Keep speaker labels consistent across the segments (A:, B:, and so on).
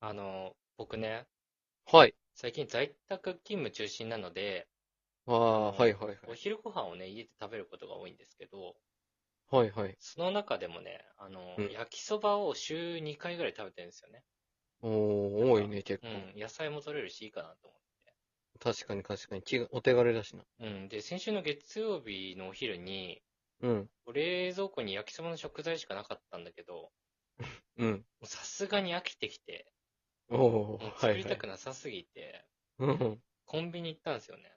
A: あの、僕ね、
B: はい。
A: 最近在宅勤務中心なので、
B: あ
A: あ
B: あ、はい
A: の、
B: はいはい。
A: お昼ご飯をね、家で食べることが多いんですけど、
B: はいはい。
A: その中でもね、あの、
B: うん。
A: 焼きそばを週2回ぐらい食べてるんですよね。
B: お
A: なん
B: ー、多い
A: か、
B: ね、結
A: う
B: 構。
A: ん、野菜も取れるしいいかなと思
B: 確かに確かに。気が、お手軽だしな。
A: って。うん、で、先週の月曜日のお昼に、
B: うん。
A: 冷蔵庫に焼きそばの食材しかなかったんだけど、も
B: うん。
A: うさすがに飽きてきて、
B: お
A: もう
B: ー、は
A: 作
B: い
A: り
B: は
A: た
B: い。
A: くなさすぎて、
B: うん。
A: コンビニ行ったんですよね。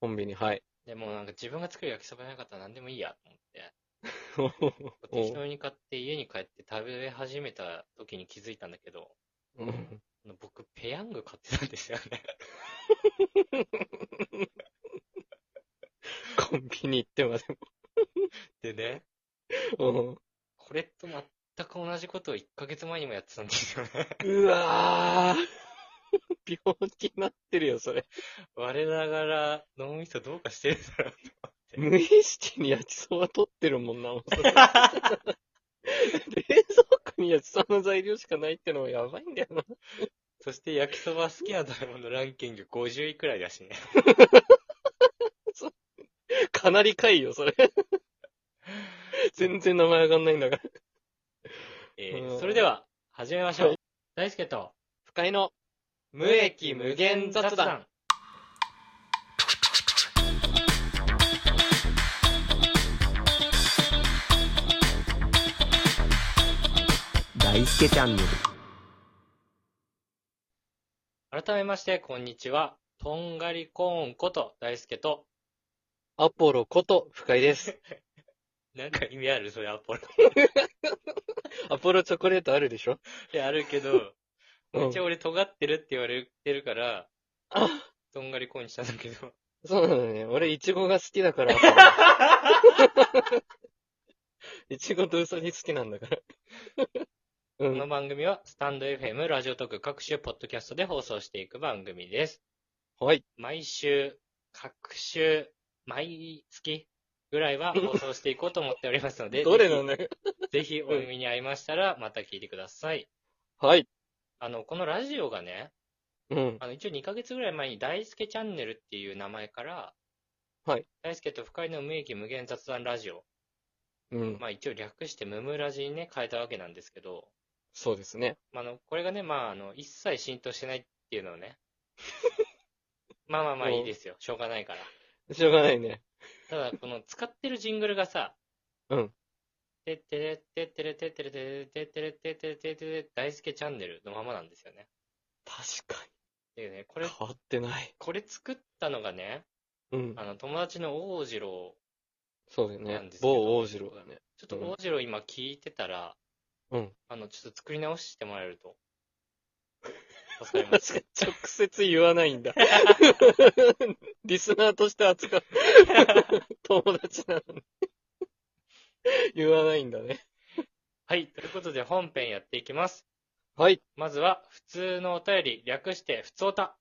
B: コンビニ、はい。
A: でもうなんか自分が作る焼きそばじゃなかったら何でもいいやと思って。適
B: おー、
A: 当に買って家に帰って食べ始めた時に気づいたんだけど、
B: うん。
A: あの僕、ペヤング買ってたんですよね。
B: コンビニ行ってません。
A: でね、
B: おー
A: これと全く同じことを1ヶ月前にもやってたんですよね。
B: うわー、 病気になってるよ、 それ。
A: 我ながら脳みそどうかしてるんだろうと思って。
B: 無意識に焼きそば取ってるもんな、もうそれ。 冷蔵庫に焼きそばの材料しかないってのはやばいんだよな。
A: そして焼きそば好きな食べ物ランキング50位くらいだしね。
B: そかなりかいよ、 それ。
A: そう。
B: 全然名前上がんないんだから。う
A: えーそれで
B: ん。
A: は始めまし
B: は
A: ょう。
B: い。
A: 大輔と
B: 不快の
A: 無
B: 無
A: 益
B: 益
A: 無
B: 無
A: 限
B: 限
A: 雑
B: 雑談。
A: 談。
C: 大輔チャンネル。
A: 改めまして、こんにちは。とんがりコーンこと大輔と、
B: アポロこと不快です。
A: なんか意味あるそれアポロ。
B: アポロチョコレートあるでしょ
A: で、あるけど、も
B: う
A: う一
B: ん。
A: 応俺尖ってるって言われてるから、
B: あ、
A: とんがりコーンにしたんだけ ど。
B: そうなのね。俺、イチゴが好きだから、アポロ。イチゴとウサギ好きなんだから。う
A: この
B: ん。
A: 番組は、スタンド FM、ラジオトーク各種ポッドキャストで放送していく番組です。
B: はい。
A: 毎週、各週、毎月ぐらい は放送していこうと思っておりますので、
B: ど
A: ぜ
B: れな
A: ひ、
B: のよ。
A: ぜひお
B: うん。
A: 耳に合いましたら、また聞いてください。
B: はい。
A: あの、このラジオがね、
B: うん。
A: あの、一応2ヶ月ぐらい前に大輔チャンネルっていう名前から、
B: はい。
A: 大輔と深井の無益無限雑談ラジオ。
B: うん。
A: まあ一応略してムムラジにね、変えたわけなんですけど、
B: そうですね。
A: まあ、あの、これがね、まあ、あの、一切浸透してないっていうのをね、まあまあまあいい
B: も
A: ですよ。しょうがないから。
B: う、しょうがないね。
A: ただ、この使ってるジングルがさ、
B: うん。
A: てってれってってれてってれてってれてれてってれてってれて大輔チャンネルのままなんですよね。
B: 確かに。
A: でね、これ、
B: 変わってない。
A: これ作ったのがね、
B: うん。
A: あの、友達の大次郎
B: そうだよ
A: な
B: ね。
A: んですけ
B: 某大
A: ど、
B: 次郎だね。
A: ちょっ
B: う
A: と
B: ん。
A: 大次郎今聞いてたら、
B: うん。
A: あの、ちょっと作り直してもらえると助かりま
B: 確
A: す。
B: かに直接言わないんだ。 リスナーとして 扱う友達なのに言わないんだね。
A: はい、ということで本編やっていきます。
B: はい。
A: まずは、普通のお便り、略して、普通おた。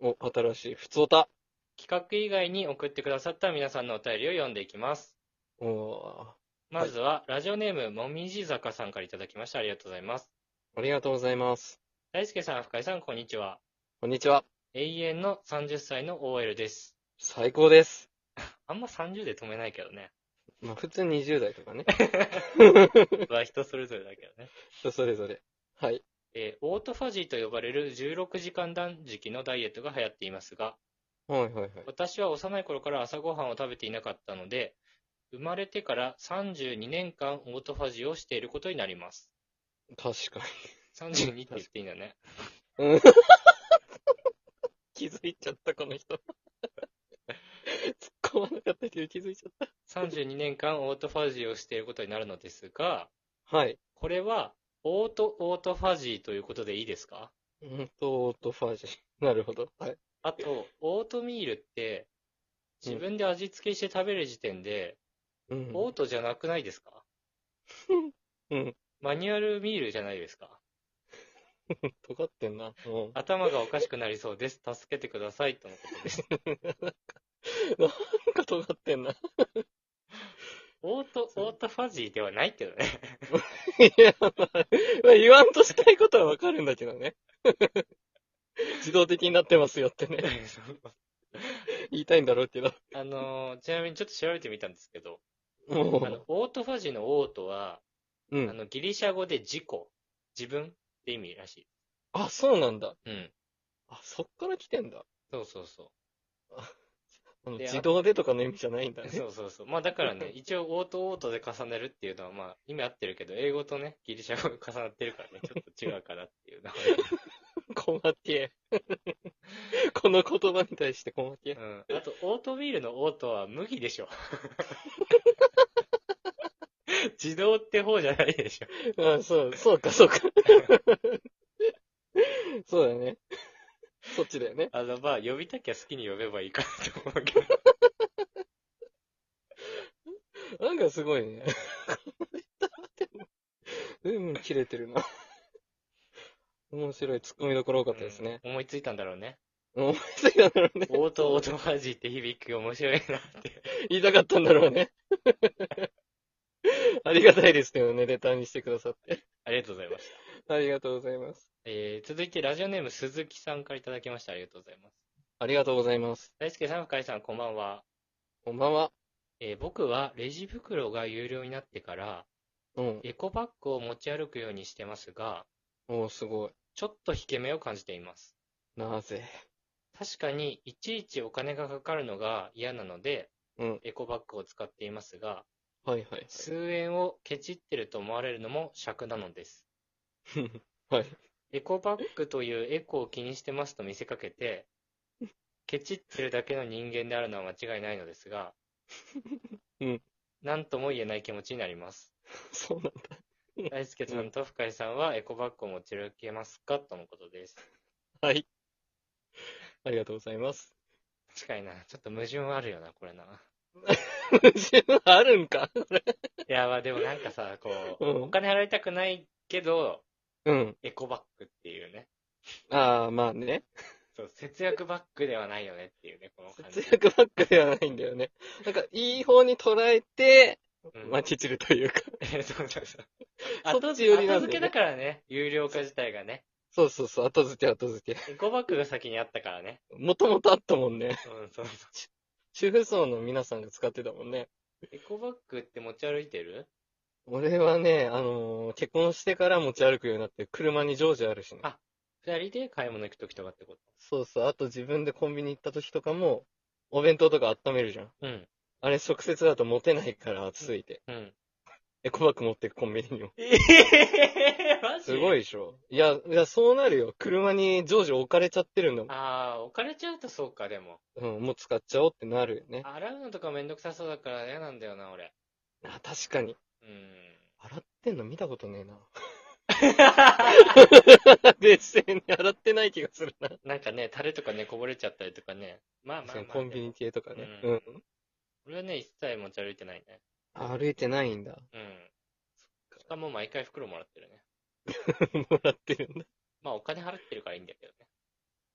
B: お、新しい。ふつおた。
A: 企画以外に送ってくださった皆さんのお便りを読んでいきます。
B: おー。
A: ま
B: はい。
A: ずは、ラジオネーム、もみじ坂さんからいただきました。ありがとうございます。
B: ありがとうございます。
A: 大輔さん、深井さん、こんにちは。
B: こんにちは。
A: 永遠の30歳の OL です。
B: 最高です。
A: あんま30で止めないけどね。
B: まあ、普通20代と かね。
A: は人それぞれだけどね。
B: 人それぞれ。はい。
A: えーオートファジーと呼ばれる16時間断食のダイエットが流行っていますが、
B: はいはいはい。
A: 私は幼い頃から朝ごはんを食べていなかったので、生まれてから32年間オートファジーをしていることになります。
B: 確か
A: 32って言
B: に。
A: っ
B: 確
A: ていいんだね。
B: かに。うん。気づいちゃった、この人。突っ込まなかったけど気づいちゃっ
A: 32年間オートファジーをしていることになるのですが、
B: た。はい。
A: これはオートオートファジーということでいいですか
B: うんと、オートファージー。なるほど。はい。
A: あと、オートミールって
B: う
A: 自
B: ん。
A: 分で味付けして食べる時点で、
B: う
A: オー
B: ん。
A: トじゃなくないですか
B: うん。
A: マニュアルミールじゃないですか
B: 尖ってんな。うん。
A: 頭がおかしくなりそうです。助けてください。とのことです。
B: なんか尖ってんな。
A: オート、オートファジーではないけどね。
B: いや、まあ、まあ言わんとしたいことはわかるんだけどね。 自動的になってますよってね、言いたいんだろうけど。
A: あのーちなみにちょっと調べてみたんですけど、あの
B: も、
A: オートファジーのオートは、
B: う、う
A: あ
B: ん。
A: の、ギリシャ語で自己、自分って意味らし
B: あ、そうなんだ。
A: い。うん。
B: あ、そっから来てんだ。
A: そうそうそ
B: あの
A: で
B: 自動でとかの意味じゃないんだ
A: う。
B: ね。
A: そうそうそう。まあだからね、一応オートオートで重ねるっていうのは、まあ意味合ってるけど、英語とね、ギリシャ語が重なってるからね、ちょっと違うかなっていうのは。
B: 困って。 この言葉に対して困って。
A: うん。あと、オートミールのオートは麦でしょ。自動って方じゃないでしょ。
B: あ、そう、そうか、 そうか。そうだよね。そっちだよね。
A: あの、まあ、呼びたきゃ好きに呼べばいいかなと思うけど。
B: なんかすごいね。ずいぶん切れてるな。面白いツッコミどころ多かったですね。
A: うん思いついたんだろうね。
B: 思いついたんだろうね。
A: オートオートファジーって響き面白いなって。
B: 言いたかったんだろうね。 ありがたいですけどね、レターにしてくださって。
A: ありがとうございました。
B: ありがとうございます。
A: えー、続いてラジオネーム鈴木さんからいただきました。ありがとうございます。
B: ありがとうございます。
A: 大輔さん、深井さん、こんばんは。
B: こんばんは。
A: えー僕はレジ袋が有料になってから、
B: うん。
A: エコバッグを持ち歩くようにしてますが、
B: おー、すごい。
A: ちょっと引け目を感じています。
B: なぜ
A: 確かに、いちいちお金がかかるのが嫌なので、
B: うん
A: エコバッグを使っていますが、
B: はいはい
A: 数円をケチってると思われるのも尺なのです。
B: はい。はい。
A: エコバッグというエコを気にしてますと見せかけ て、ケチってるだけの人間であるのは間違いないのですが、
B: うん
A: なんとも言えない気持ちになります。
B: そうなんだ。
A: 大輔さんと深井さんはエコバッグを持ち歩けますかとのことです。
B: はい。ありがとうございます。
A: 確かにな、ちょっと矛盾はあるよな、これな。
B: 矛盾あるんか
A: いや、まあでもなんかさ、こう、
B: う
A: お
B: ん。
A: 金払いたくないけど、
B: うん。
A: エコバッグっていうね。
B: ああ、まあね。
A: そう、節約バッグではないよねっていうね、この感じ。
B: 節約ばっかではないんだ よね。なんか、いい方に捉えて、
A: うん
B: まあ、ケチるというか。
A: そうそうそう。
B: そ
A: 後
B: っち寄りなんだよね
A: 付けだからね、有料化自体がね。
B: そうそうそう、後付け後付け。
A: エコバッグが先にあったからね。
B: もともとあったもんね。
A: うん、そうそ
B: 主婦層の皆さんが使ってたもんね。
A: う。エコバッグって持ち歩いてる
B: 俺はね、あのー結婚してから持ち歩くようになって、車に常時あるしね。
A: あ二人で買い物行くときとかってこ
B: そうそう、あと自分でコンビニ行った時とかも、お弁当とか温めるじゃん。
A: とうん。
B: あれ、直接だと持てないから、暑いて。
A: うん。
B: エコバッグ持ってくコンビニにも。
A: ええマジ
B: すごい
A: い。
B: でしょ。いや、いや、そうなるよ。車に常時置かれちゃってるんだもん。
A: ああ、置かれちゃうとそうか、でも。
B: うん、もう使っちゃおうってなるよね。
A: 洗うのとかめんどくさそうだから嫌なんだよな、俺。
B: あ、確かに。
A: うん。
B: 洗ってんの見たことねえ
A: な
B: な。 冷静に洗ってない気がするな。
A: んかね、タレとかね、こぼれちゃったりとかね。まあまあまあ、
B: コンビニ系とかね。
A: う
B: うん。
A: 俺はね、一切持ち歩いてないね。
B: 歩いてないん だ。
A: うん。しかも毎回袋もらってるね。
B: もらってるんだ。
A: まあお金払ってるからいいんだけどね。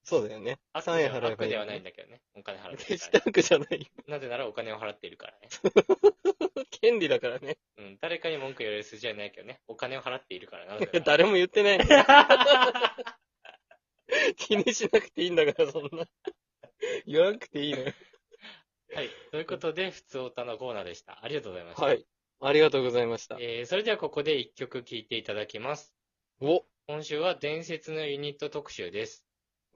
B: そうだよね。
A: 悪
B: 三円払えばいい
A: 悪ではないんだけどね。お金払って
B: 決
A: るか
B: して
A: ら、ね。
B: 悪じゃないよ。
A: なぜならお金を払っているからね。
B: 権利だからね。
A: うん。誰かに文句言われる筋合いないけどね。お金を払っているからな ぜなら。
B: 誰も言ってないの。気にしなくていいんだから、そんな。言わなくていいのよ。
A: はい。ということで、普通おたのコーナーでした。ありがとうございました。
B: はい。ありがとうございました。
A: えー、それではここで一曲聴いていただきます。
B: お、
A: 今週は伝説のユニット特集です。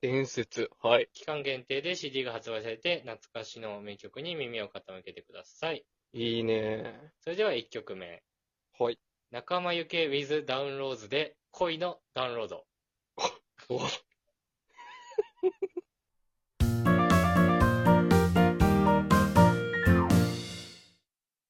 B: 伝説。はい。
A: 期間限定で CD が発売されて、懐かしの名曲に耳を傾けてください。
B: いいね。
A: それでは1曲目。
B: はい。
A: 仲間由紀恵 with ダウンローズで恋のダウンロード。
B: お、